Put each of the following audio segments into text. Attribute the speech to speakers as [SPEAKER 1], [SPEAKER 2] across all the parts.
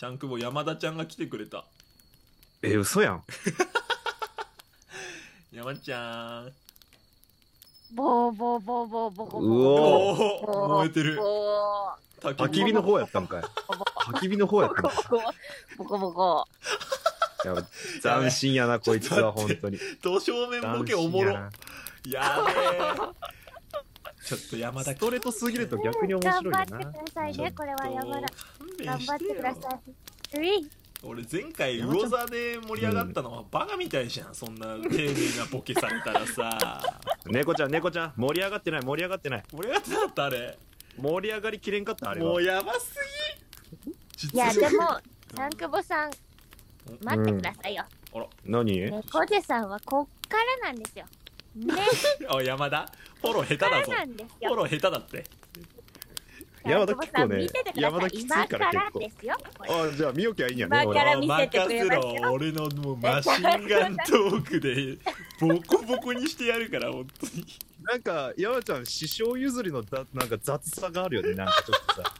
[SPEAKER 1] ャンクボ山田ちゃんが来てくれた
[SPEAKER 2] え、嘘や ん。
[SPEAKER 1] 山ちゃん
[SPEAKER 3] ボーボーボーボーボーボー
[SPEAKER 2] うお
[SPEAKER 3] ボー
[SPEAKER 1] おお燃えてる
[SPEAKER 3] ボ
[SPEAKER 1] 焚
[SPEAKER 3] ー
[SPEAKER 2] 焚き火の方やったんかい。焚き火の方やったんか
[SPEAKER 3] ボコボコ
[SPEAKER 2] いや斬新やな、こいつは、本 当に。
[SPEAKER 1] 刀正面ボ
[SPEAKER 2] 斬
[SPEAKER 1] ケお
[SPEAKER 2] 新
[SPEAKER 1] もろ
[SPEAKER 2] や
[SPEAKER 1] や
[SPEAKER 2] な。
[SPEAKER 1] べえちょっと山田
[SPEAKER 2] ストレートすぎると逆に面白い
[SPEAKER 3] 頑
[SPEAKER 2] よ
[SPEAKER 3] 張
[SPEAKER 2] な
[SPEAKER 3] って。ください
[SPEAKER 1] ちょっ
[SPEAKER 3] ね
[SPEAKER 1] と
[SPEAKER 3] これは山田
[SPEAKER 1] 勘弁
[SPEAKER 3] 頑張
[SPEAKER 1] して
[SPEAKER 3] って
[SPEAKER 1] よ
[SPEAKER 3] くださいウィ
[SPEAKER 1] 俺前回魚座で盛り上がったのはバカみたいじゃんそんな丁寧なボケされたら さ
[SPEAKER 2] 猫ちゃん、猫ちゃん、盛り上がってない、盛り上がってない。
[SPEAKER 1] 盛り上がってなかったあれ
[SPEAKER 2] 盛り上がりきれんかった、あれ
[SPEAKER 1] も
[SPEAKER 2] は
[SPEAKER 1] う。やばすぎ
[SPEAKER 3] いやで
[SPEAKER 1] 力
[SPEAKER 3] も三久保さん待ってくださいよ
[SPEAKER 2] 何
[SPEAKER 3] 猫背さんはこっからなんですよね
[SPEAKER 1] おい山田フォロー下手だ
[SPEAKER 3] こっから
[SPEAKER 1] ぞ
[SPEAKER 3] なんです
[SPEAKER 1] フォ
[SPEAKER 3] よ
[SPEAKER 1] ロー下手だって
[SPEAKER 2] 山田
[SPEAKER 3] 三久保さん
[SPEAKER 2] 結構ね
[SPEAKER 3] 見ててください
[SPEAKER 2] 山田きついから
[SPEAKER 3] 今から
[SPEAKER 2] 結構
[SPEAKER 3] ですよこれ
[SPEAKER 2] あ、じゃあ見よきゃいいんやね、
[SPEAKER 3] まあ
[SPEAKER 2] 俺
[SPEAKER 3] キャ
[SPEAKER 2] は。
[SPEAKER 3] ラ見せてくれますよ
[SPEAKER 1] 任せろ俺のもうマシンガントークでボコボコにしてやるから本当 に
[SPEAKER 2] なんか、山ちゃん、師匠譲りのだ、なんか雑さがあるよね、なんかちょっとさ。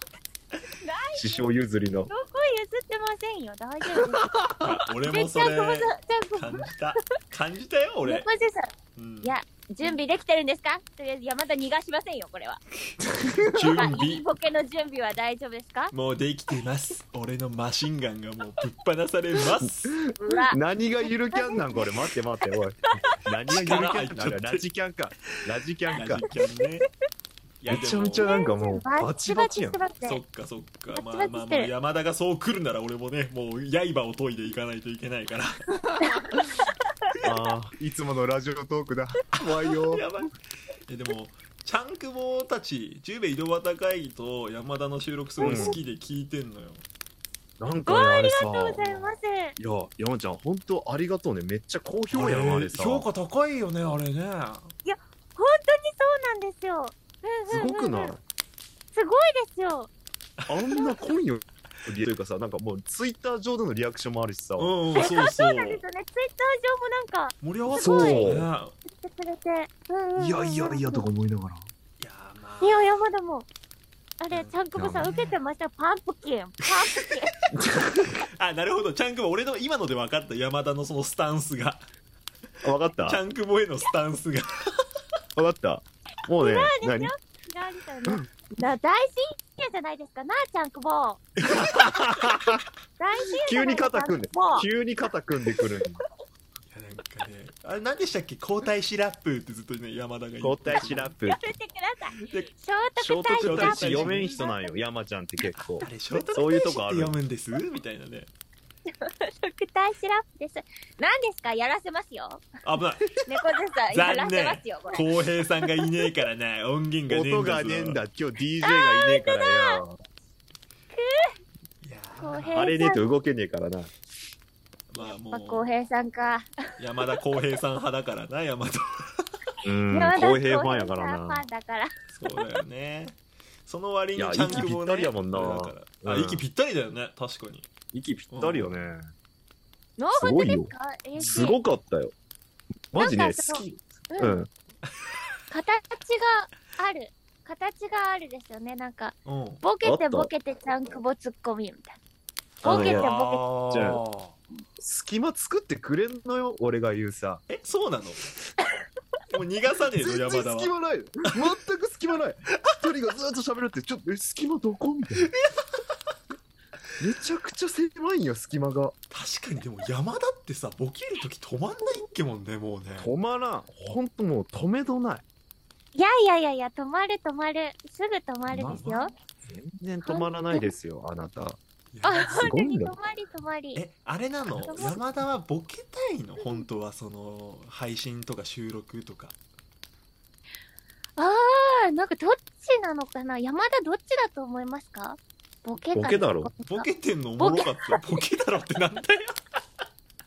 [SPEAKER 2] 師匠譲りの。
[SPEAKER 3] どこ譲ってませんよ大丈夫です
[SPEAKER 1] 俺
[SPEAKER 3] め
[SPEAKER 1] も
[SPEAKER 3] っ
[SPEAKER 1] そ
[SPEAKER 3] ちゃ
[SPEAKER 1] れ
[SPEAKER 3] 久保さんちゃん
[SPEAKER 1] 感
[SPEAKER 3] と
[SPEAKER 1] じた感じたよ俺
[SPEAKER 3] 猫、背さん
[SPEAKER 1] うん
[SPEAKER 3] いや準備できてるんですかとりあえず山田逃がしませんよこれは
[SPEAKER 1] 準
[SPEAKER 3] まあい
[SPEAKER 1] 備
[SPEAKER 3] いボケの準備は大丈夫ですか
[SPEAKER 1] もうできてます俺のマシンガンがもうぶっ放されます
[SPEAKER 3] うわ
[SPEAKER 2] 何がゆるキャンなんこれ、待って待って、おい。何がゆるキャンってなんだよラジキャンか。ラジキャン
[SPEAKER 1] ラ
[SPEAKER 2] か
[SPEAKER 1] ジ。キャンねいや
[SPEAKER 2] めちゃめちゃ
[SPEAKER 1] で
[SPEAKER 2] なんかもう、
[SPEAKER 3] バ
[SPEAKER 2] バ
[SPEAKER 3] ッチ
[SPEAKER 2] チ
[SPEAKER 3] バ
[SPEAKER 2] バチ
[SPEAKER 3] チ
[SPEAKER 2] やん
[SPEAKER 3] して。ます
[SPEAKER 1] もそっ
[SPEAKER 3] ね
[SPEAKER 1] かそっか
[SPEAKER 3] バ
[SPEAKER 1] ま
[SPEAKER 3] チバ
[SPEAKER 1] あまあ
[SPEAKER 3] チし
[SPEAKER 1] まあ
[SPEAKER 3] てる
[SPEAKER 1] 山田がそう来るなら俺もねもう刃を研いでいかないといけないから
[SPEAKER 2] ああ、いつものラジオトークだ。怖いよ。
[SPEAKER 1] やばいえでもチャンクボたち十兵衛井戸端会議と山田の収録すごい好きで聞いてんのよ、
[SPEAKER 2] なんかね、あれさ。
[SPEAKER 3] ありがとうございます
[SPEAKER 2] いや、山ちゃん、本当ありがとうね。めっちゃ好評やん、あれさ。
[SPEAKER 1] 評価高いよねあれね
[SPEAKER 3] 本当にそうなんですようん
[SPEAKER 2] す
[SPEAKER 3] うんうん
[SPEAKER 2] ごくない
[SPEAKER 3] すごいですよ
[SPEAKER 2] あんな濃いよ。というかさ、なんかもう、ツイッター上でのリアクションもあるしさ。
[SPEAKER 1] うん、うん、そうそ
[SPEAKER 3] そうなんで
[SPEAKER 1] う
[SPEAKER 3] すよねツイッター上もなんか
[SPEAKER 1] 盛り上がって
[SPEAKER 2] そ
[SPEAKER 1] ま
[SPEAKER 2] う
[SPEAKER 1] す
[SPEAKER 2] い
[SPEAKER 1] よねいや
[SPEAKER 2] や
[SPEAKER 3] 言ってくれてうんうんうんうん
[SPEAKER 2] いやいやとか思いながら。
[SPEAKER 1] ーま
[SPEAKER 3] いや山田もあれちゃんくぼさ
[SPEAKER 2] い
[SPEAKER 3] ん
[SPEAKER 2] や
[SPEAKER 3] 受けてましたパンプキンパンプキン
[SPEAKER 1] ああなるほどチャンクボ俺の今ので分かった山田のそのスタンスが
[SPEAKER 2] あわかっ
[SPEAKER 1] チ
[SPEAKER 2] た
[SPEAKER 1] ャンクボへのスタンスが
[SPEAKER 2] わかった。もうね、何
[SPEAKER 3] なんだろうな大親友じゃないですかなちゃ んくぼ大親友じ
[SPEAKER 2] 急
[SPEAKER 3] ゃな
[SPEAKER 2] に
[SPEAKER 3] いですか
[SPEAKER 2] 肩組んで
[SPEAKER 3] ちゃくぼ、
[SPEAKER 2] 急に肩組んでくるんだ。
[SPEAKER 1] いやなんかねあれ何でしたっけ交代シラップってずっとね山田が言って
[SPEAKER 2] 交代しラップ
[SPEAKER 3] や。めてくださ
[SPEAKER 1] で
[SPEAKER 3] い聖徳
[SPEAKER 2] 聖徳
[SPEAKER 3] 太子
[SPEAKER 1] 聖
[SPEAKER 2] 太
[SPEAKER 1] 太
[SPEAKER 2] 子
[SPEAKER 1] 子
[SPEAKER 2] 読めん人なんよ、山ちゃんって結構
[SPEAKER 1] あ。れショート
[SPEAKER 2] そういうとこあ
[SPEAKER 1] って
[SPEAKER 2] る
[SPEAKER 1] 読むんですみたいなね
[SPEAKER 3] 特待シラップです。何ですかやらせますよ。
[SPEAKER 1] 危ない
[SPEAKER 3] 猫背さん、 やらせますよ、これ。
[SPEAKER 1] 浩平さんがいねえからな音源がねえんだぞ
[SPEAKER 2] 音がねえんだ。今日 DJ がいねえからよ。
[SPEAKER 1] いやー
[SPEAKER 3] 浩平
[SPEAKER 2] あれねえと動けねえからな。
[SPEAKER 1] まあも
[SPEAKER 3] まあ、浩
[SPEAKER 1] う
[SPEAKER 3] 平さんか。
[SPEAKER 1] 山田浩平さん派だからな山田
[SPEAKER 2] うん、
[SPEAKER 3] 山田
[SPEAKER 2] 公平ファンやから
[SPEAKER 3] 浩平さんフ
[SPEAKER 2] な
[SPEAKER 3] ァン。だから。
[SPEAKER 1] そうだよねその割に
[SPEAKER 2] いや
[SPEAKER 1] チャンクボね
[SPEAKER 2] 息ぴったりやもんな
[SPEAKER 1] だからあ
[SPEAKER 2] うん
[SPEAKER 1] 息ぴったりだよね確かに
[SPEAKER 2] 息ぴったりよね。
[SPEAKER 3] ノ
[SPEAKER 2] す
[SPEAKER 3] ー
[SPEAKER 2] ご
[SPEAKER 3] ブ
[SPEAKER 2] い
[SPEAKER 3] です
[SPEAKER 2] よ
[SPEAKER 3] か嬉しい
[SPEAKER 2] すごかったよ。マジね、
[SPEAKER 3] なんかそ
[SPEAKER 2] 好
[SPEAKER 3] の
[SPEAKER 2] き。
[SPEAKER 3] う。
[SPEAKER 2] うんん。
[SPEAKER 3] 形がある。形があるですよね。なんか、
[SPEAKER 1] うん
[SPEAKER 3] ボケ
[SPEAKER 2] あった
[SPEAKER 3] てボケてちゃんくぼツッコミみたい
[SPEAKER 2] あ
[SPEAKER 3] な。
[SPEAKER 2] の
[SPEAKER 3] ボケ
[SPEAKER 2] ね
[SPEAKER 3] てボケて。
[SPEAKER 1] あ
[SPEAKER 2] じゃ
[SPEAKER 1] ー
[SPEAKER 2] 隙間作ってくれんのよ、俺が言うさ。
[SPEAKER 1] えそうなのもう逃がさねえぞ
[SPEAKER 2] 全然
[SPEAKER 1] 山田は
[SPEAKER 2] 隙間ない。全く隙間ない。一人がずっと喋るって、ちょっと、え、隙間どこみたいな。めちゃくちゃ狭いんよ、隙間が。
[SPEAKER 1] 確かにでも山田ってさボケるとき止まんないっけもんねもうね
[SPEAKER 2] 止まらん。ほんともう止めどない。
[SPEAKER 3] いやいやいやいや、止まる止まる。すぐ止まるです
[SPEAKER 2] まあま
[SPEAKER 3] よ。
[SPEAKER 2] 全然止まらないですよ、あなた。
[SPEAKER 1] いや
[SPEAKER 3] あ、
[SPEAKER 2] す
[SPEAKER 3] 本当
[SPEAKER 2] ごい
[SPEAKER 3] に
[SPEAKER 2] んだ
[SPEAKER 3] 止まり止まり。
[SPEAKER 1] えあれなの
[SPEAKER 3] そう
[SPEAKER 1] 山田はボケたいの本当はその配信とか収録とか
[SPEAKER 3] ああ、なんかどっちなのかな山田どっちだと思いますかボケか
[SPEAKER 2] ボケだろ
[SPEAKER 1] ボケてんのおもろかったボケだろってなんだよ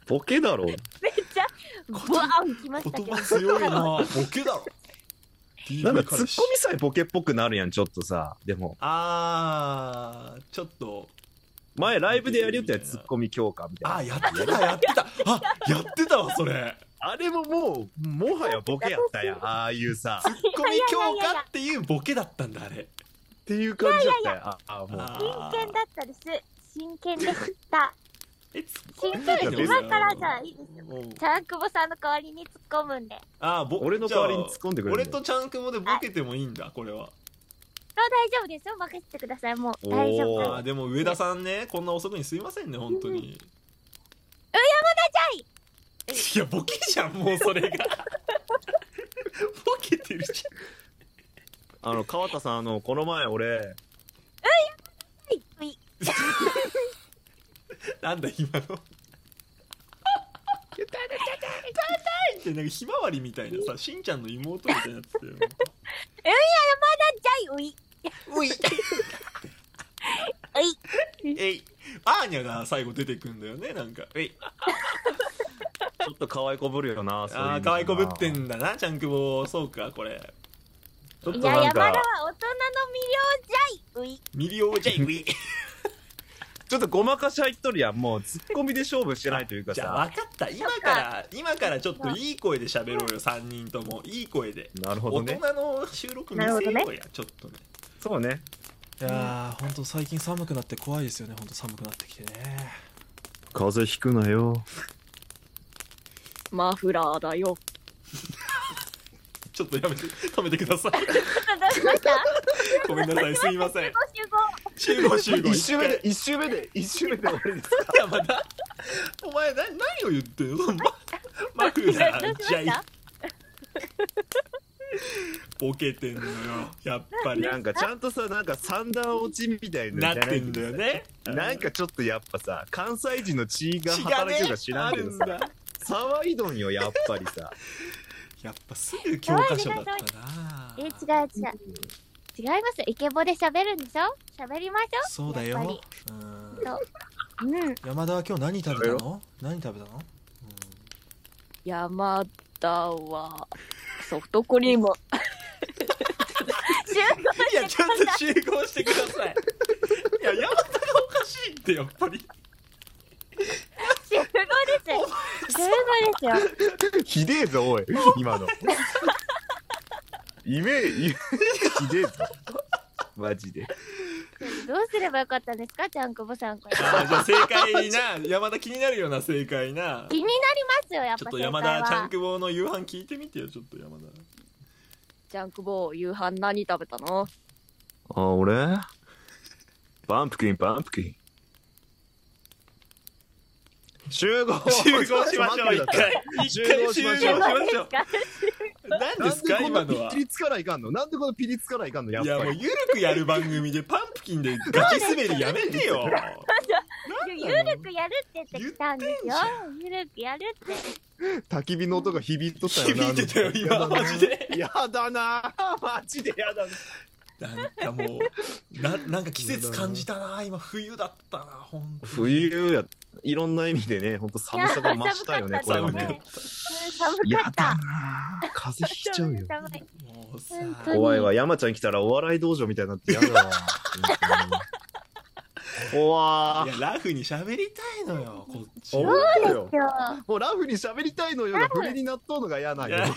[SPEAKER 2] ボケだろ。
[SPEAKER 3] めっちゃ、ブワーン来ましたけ
[SPEAKER 1] 言
[SPEAKER 3] ど。
[SPEAKER 1] 葉強いなボケだろ
[SPEAKER 2] なんかツッコミさえボケっぽくなるやん、ちょっとさ。でも、
[SPEAKER 1] あーちょっと
[SPEAKER 2] 前ライブでやりよったやつツッコミ強化みたい
[SPEAKER 1] あ
[SPEAKER 2] な。
[SPEAKER 1] ーやってたやってたあやってたわそれ
[SPEAKER 2] あれももう、もはやボケやったやん。ああいうさ。
[SPEAKER 1] ツッコミ強化っていうボケだったんだあれ
[SPEAKER 2] っていう感じだったよ。あ、あ、もう。
[SPEAKER 1] あー
[SPEAKER 3] 真剣だったです。真剣でした。
[SPEAKER 1] えツッ
[SPEAKER 3] 真
[SPEAKER 1] コミ入
[SPEAKER 3] 剣
[SPEAKER 1] ってます
[SPEAKER 3] 今からじゃあいいですよ。
[SPEAKER 1] おう
[SPEAKER 3] ちゃんくぼさんの代わりに突っ込むんで。
[SPEAKER 1] ああ僕
[SPEAKER 2] 俺の代わりに突っ込んでくれる
[SPEAKER 1] 俺とちゃんくぼでボケてもいいんだこれは
[SPEAKER 3] あ大丈夫ですよ。任せてください。もう大丈夫
[SPEAKER 2] お
[SPEAKER 3] だ。
[SPEAKER 2] ー
[SPEAKER 1] ああでも上田さんねこんな遅くにすいませんね本当に
[SPEAKER 3] うん
[SPEAKER 1] いやボケじゃんもうそれがボケてるじ
[SPEAKER 2] あの川田さんあのこの前俺
[SPEAKER 3] はい。はい
[SPEAKER 1] ゃんなんだ今のってなんかひまわりみたいなさしんちゃんの妹みたいなやつだよ
[SPEAKER 3] じゃいうい。
[SPEAKER 1] ういう
[SPEAKER 3] い。
[SPEAKER 1] えいアーニャが最後出てくんだよねなんかえい
[SPEAKER 2] ちょっと可愛いこぶるよなそういう意
[SPEAKER 1] ああ
[SPEAKER 2] 味
[SPEAKER 1] か
[SPEAKER 2] で
[SPEAKER 1] わ
[SPEAKER 2] ない
[SPEAKER 1] こぶってんだなちゃんくぼそうかこれ
[SPEAKER 2] ちょっと
[SPEAKER 3] いや、
[SPEAKER 2] な
[SPEAKER 3] 山
[SPEAKER 2] ん
[SPEAKER 3] 田
[SPEAKER 2] か
[SPEAKER 3] は大人の魅了じゃいうい。
[SPEAKER 1] ミリオージェイウィ
[SPEAKER 2] ちょっとごまかし入っとるやんもうツッコミで勝負してないというか
[SPEAKER 1] じゃあ
[SPEAKER 2] さ
[SPEAKER 1] 分かった今から今からちょっといい声で喋ろうよ3人ともいい声で
[SPEAKER 2] なるほど
[SPEAKER 1] 大
[SPEAKER 2] ね
[SPEAKER 1] 人の収録見せよう
[SPEAKER 3] なる
[SPEAKER 1] や、
[SPEAKER 3] ほ
[SPEAKER 1] ちょっとね
[SPEAKER 2] そうね
[SPEAKER 1] いやー本当最近寒くなって怖いですよね本当寒くなってきてね
[SPEAKER 2] 風邪ひくなよ
[SPEAKER 3] マフラーだ よ。
[SPEAKER 1] ちょっとやめて止めてくだ さい
[SPEAKER 3] どうしました
[SPEAKER 1] ごめんなさいすいません
[SPEAKER 3] ご集
[SPEAKER 1] 集
[SPEAKER 3] 合。
[SPEAKER 1] 合集合
[SPEAKER 2] 一周目
[SPEAKER 1] 回
[SPEAKER 2] で一周目で一周目で終わりですか
[SPEAKER 1] 山田お前な何を言ってん のママフ
[SPEAKER 3] どうし
[SPEAKER 1] ラー
[SPEAKER 3] ま
[SPEAKER 1] じゃい
[SPEAKER 3] した
[SPEAKER 1] ボケてんのよやっぱ り
[SPEAKER 2] なんかちゃんとさなんか三段落ちみたい
[SPEAKER 1] な
[SPEAKER 2] な
[SPEAKER 1] っ
[SPEAKER 2] のじゃな
[SPEAKER 1] て
[SPEAKER 2] い
[SPEAKER 1] んだよね
[SPEAKER 2] なんかちょっとやっぱさ関西人の血が
[SPEAKER 1] 血が
[SPEAKER 2] 働いてる
[SPEAKER 1] ね
[SPEAKER 2] か知ら
[SPEAKER 1] あ
[SPEAKER 2] んけ
[SPEAKER 1] る
[SPEAKER 2] ど
[SPEAKER 1] ん
[SPEAKER 2] さ
[SPEAKER 1] だ
[SPEAKER 2] 騒いどんよやっぱ りさ
[SPEAKER 1] やっぱすぐ教科書だったな
[SPEAKER 3] え、違う違う。違いますよ。イケボで喋るんでしょ喋りましょう。
[SPEAKER 1] そうだよ
[SPEAKER 3] やっぱり
[SPEAKER 1] うん
[SPEAKER 3] うん。
[SPEAKER 1] 山田は今日何食べたの何食べたの、
[SPEAKER 4] 山田はソフトクリーム。
[SPEAKER 3] 集合
[SPEAKER 1] いやちょっと集合してくださいいや山田がおかしいってやっぱり
[SPEAKER 3] 集合です。集合ですよ。
[SPEAKER 2] ひでえぞおい 今のイメージ ひでえぞマジで
[SPEAKER 3] どうすればよかったんですかちゃんくぼさんこれ。
[SPEAKER 1] あーじゃあ正解な山田気になるような正解な
[SPEAKER 3] 気になりますよ、やっ
[SPEAKER 1] ちょ
[SPEAKER 3] ぱ
[SPEAKER 1] っと
[SPEAKER 3] 正解
[SPEAKER 1] 山田ちゃん
[SPEAKER 3] は。
[SPEAKER 1] くぼの夕飯聞いてみてよちょっと山田
[SPEAKER 4] ジャンクボー、夕飯何食べたの
[SPEAKER 2] あ俺パンプキンパンプキン集合
[SPEAKER 1] 集合しましょう一回一回集合しましょう何ですか今のは
[SPEAKER 2] ピリつかないかんのなんでこのピリつかないかんのやっ
[SPEAKER 1] いや
[SPEAKER 2] ぱ
[SPEAKER 1] もう
[SPEAKER 2] り
[SPEAKER 1] ゆるくやる番組でパンプキンでガチ滑りやめてよ
[SPEAKER 3] ゆるくやるって言ってきたんですよ
[SPEAKER 1] 言。
[SPEAKER 3] ゆるくやるって。
[SPEAKER 2] 焚き火の音が響いとったよな
[SPEAKER 1] 響いてたよ今マジで
[SPEAKER 2] やだなマジでやだな
[SPEAKER 1] なんかもうななんか季節感じたな今冬だったな本当に
[SPEAKER 2] 冬やいろんな意味でね本当寒さが増したよねこれは
[SPEAKER 1] 寒かった
[SPEAKER 2] ね
[SPEAKER 3] 寒
[SPEAKER 2] や
[SPEAKER 3] か
[SPEAKER 2] だ
[SPEAKER 3] った。
[SPEAKER 2] な風邪ひいちゃうよ
[SPEAKER 3] 寒い
[SPEAKER 1] もうさ
[SPEAKER 3] 本当に
[SPEAKER 2] 怖いわ山ちゃん来たらお笑い道場みたいになってやだ わ怖
[SPEAKER 1] い
[SPEAKER 2] ー
[SPEAKER 1] やラフに喋りたいのよこっち
[SPEAKER 2] 思
[SPEAKER 1] は
[SPEAKER 2] った
[SPEAKER 3] 寒
[SPEAKER 2] よ
[SPEAKER 3] いよ。
[SPEAKER 2] もうラフに喋りたいのよが
[SPEAKER 3] ラフ
[SPEAKER 2] フレになっとうのが嫌なん
[SPEAKER 1] い
[SPEAKER 2] よ
[SPEAKER 1] や
[SPEAKER 2] ラ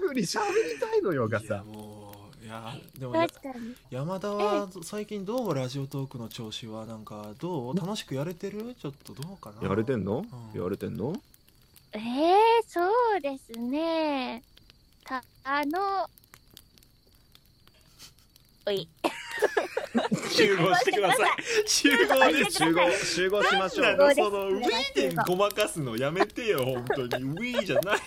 [SPEAKER 2] フに喋りたいのよが
[SPEAKER 1] いや
[SPEAKER 2] さ
[SPEAKER 1] もういやでもや
[SPEAKER 3] 確かに。
[SPEAKER 1] 山田は最近どうラジオトークの調子はなんかどう楽しくやれてるちょっとどうかな
[SPEAKER 2] やれてんの
[SPEAKER 1] うん
[SPEAKER 2] やれてんの
[SPEAKER 3] ええそうですね。た、あの、おい。
[SPEAKER 1] 集合してください集合です
[SPEAKER 2] 集合集合しましょ
[SPEAKER 1] なん
[SPEAKER 2] う
[SPEAKER 1] だそのウィー でごまかすのやめてよ本当にウィーじゃない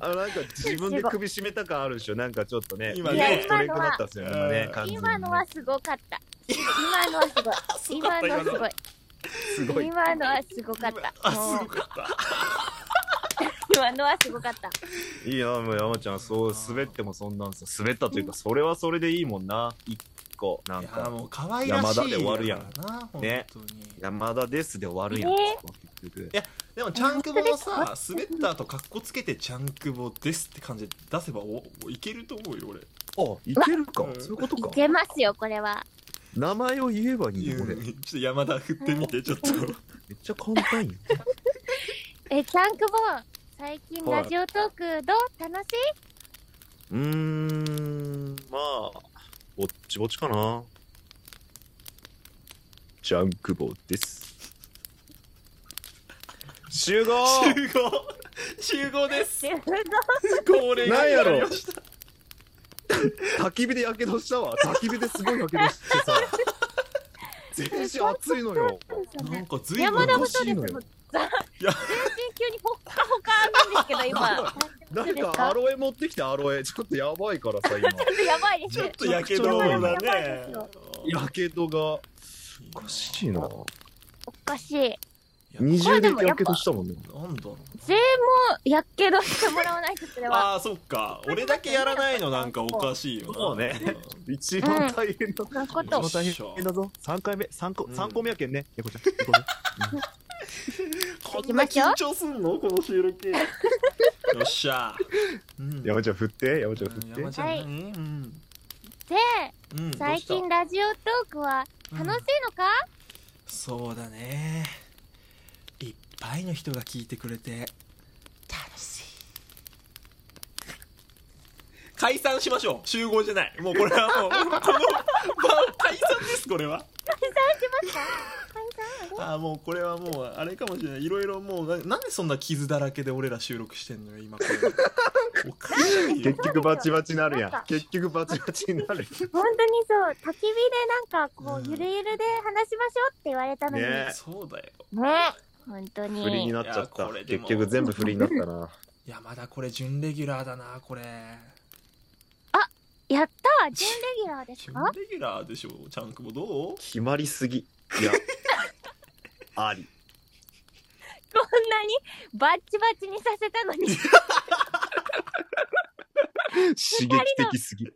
[SPEAKER 2] あなんか自分で首絞めた感あるでしょなんかちょっとね
[SPEAKER 1] 今
[SPEAKER 3] ね
[SPEAKER 2] ねストレートだったっすよね今ね完全にね
[SPEAKER 3] 今のはすごかった。今のはすごい。今のは
[SPEAKER 2] す
[SPEAKER 3] す
[SPEAKER 2] ご
[SPEAKER 3] ごい。
[SPEAKER 2] い
[SPEAKER 3] 今のはすごかった。
[SPEAKER 1] あ
[SPEAKER 3] もう
[SPEAKER 1] すごかった
[SPEAKER 3] 今のはすごかった。
[SPEAKER 2] いいなもう山ちゃんそう滑ってもそんなんさ滑ったというかそれはそれでいいもんな一個なん
[SPEAKER 1] いや
[SPEAKER 2] か
[SPEAKER 1] もう可愛らしい
[SPEAKER 2] 山田で終わるやん
[SPEAKER 1] な本
[SPEAKER 2] ね
[SPEAKER 1] 当に
[SPEAKER 2] 山田ですで終わるやん、
[SPEAKER 3] え
[SPEAKER 2] 結局
[SPEAKER 1] でもちゃんくぼもさ滑った後かっこつけてちゃんくぼですって感じで出せばおおいけると思うよ俺
[SPEAKER 2] あいけるか、
[SPEAKER 1] うん
[SPEAKER 2] そういうこと
[SPEAKER 3] い
[SPEAKER 2] か
[SPEAKER 3] けますよ、これは。
[SPEAKER 2] 名前を言えばいい
[SPEAKER 1] ち
[SPEAKER 2] よ
[SPEAKER 1] ょ
[SPEAKER 2] 俺、めっ
[SPEAKER 1] っと山田振ってみてちょっと
[SPEAKER 2] ちゃ簡単やん
[SPEAKER 3] え、ちゃんくぼ、最近
[SPEAKER 2] はい
[SPEAKER 3] ラジオトークどう楽しいう
[SPEAKER 2] ーんまあぼっちぼっちかなジャンクボです。集合
[SPEAKER 1] 集合集合です
[SPEAKER 4] す
[SPEAKER 1] 恒例
[SPEAKER 2] なんやろ
[SPEAKER 1] になりました
[SPEAKER 2] 焚き火でやけどしたわ。焚き火ですごいやけどしてさ。全身熱いのよ。
[SPEAKER 3] そう
[SPEAKER 1] な
[SPEAKER 3] ね
[SPEAKER 1] んか随
[SPEAKER 4] 山
[SPEAKER 1] 分
[SPEAKER 4] 田も
[SPEAKER 2] 田も
[SPEAKER 4] そ
[SPEAKER 2] そうう
[SPEAKER 4] で
[SPEAKER 2] です
[SPEAKER 4] も
[SPEAKER 2] すも
[SPEAKER 4] う
[SPEAKER 2] う
[SPEAKER 4] 全
[SPEAKER 1] いや
[SPEAKER 4] 身急にほっかほかなんですけど 今
[SPEAKER 2] 誰かアロエ持ってきてアロエ。ちょっとやばいからさ、今。
[SPEAKER 4] やばいで
[SPEAKER 1] ち
[SPEAKER 4] す
[SPEAKER 1] ょっとやけどだね
[SPEAKER 2] やけどが。おかしいな。
[SPEAKER 3] おかし
[SPEAKER 1] い
[SPEAKER 3] い。
[SPEAKER 1] や
[SPEAKER 2] 二重でやけどしたもんね。
[SPEAKER 1] なんだろう
[SPEAKER 4] 全員もやっけどしてもらわないとそれは
[SPEAKER 1] ああーそっか俺だけやらないのなんかおかしいよな
[SPEAKER 5] そうね
[SPEAKER 2] 一番大変だ。
[SPEAKER 4] なこ
[SPEAKER 1] ど
[SPEAKER 4] と
[SPEAKER 1] う
[SPEAKER 5] 一番
[SPEAKER 1] しよう
[SPEAKER 5] 大変だぞ。三回目、三個、
[SPEAKER 1] うん
[SPEAKER 5] 三個目やけんね。猫ちゃん。猫ちゃん
[SPEAKER 1] こんな緊張すんのこの収録よっしゃうん
[SPEAKER 2] 山ちゃん振って、山ちゃん振
[SPEAKER 1] うん
[SPEAKER 2] っ
[SPEAKER 1] 山
[SPEAKER 2] て。
[SPEAKER 1] ちゃん何うん
[SPEAKER 3] で、
[SPEAKER 1] うん
[SPEAKER 3] 最近ラジオトークは
[SPEAKER 1] どう
[SPEAKER 3] 楽
[SPEAKER 1] し
[SPEAKER 3] したいのか、
[SPEAKER 1] そうだねいっぱいの人が聞いてくれて楽しい解散しましょう集合じゃないもうこれはもうこの場解散ですこれはあーもうこれはもうあれかもしれないいろいろもうななんでそんな傷だらけで俺ら収録してんのよ今こ れおかしいよ
[SPEAKER 2] 結局バチバチになるやん
[SPEAKER 3] なんか。
[SPEAKER 2] 結局バチバチ になる。
[SPEAKER 3] 本当にそう、焚き火でなんかこ
[SPEAKER 1] う
[SPEAKER 3] う、
[SPEAKER 1] ん
[SPEAKER 3] ゆるゆるで話しましょうって言われたのに。ね
[SPEAKER 2] ね
[SPEAKER 1] そうだよ
[SPEAKER 3] 本当
[SPEAKER 2] 振りに
[SPEAKER 3] に。
[SPEAKER 2] なっちゃっ
[SPEAKER 1] いや
[SPEAKER 2] た
[SPEAKER 1] これ。でも
[SPEAKER 2] 結局全部振りになったな。
[SPEAKER 1] いやまだこれ準レギュラーだなこれ
[SPEAKER 3] やった準レギュラーです
[SPEAKER 1] 準
[SPEAKER 3] か
[SPEAKER 1] レギュラーでしょちゃんくもどう
[SPEAKER 2] 決まりすぎ。いや。あり。
[SPEAKER 3] こんなにバッチバチにさせたのに。
[SPEAKER 2] 刺激的すぎ。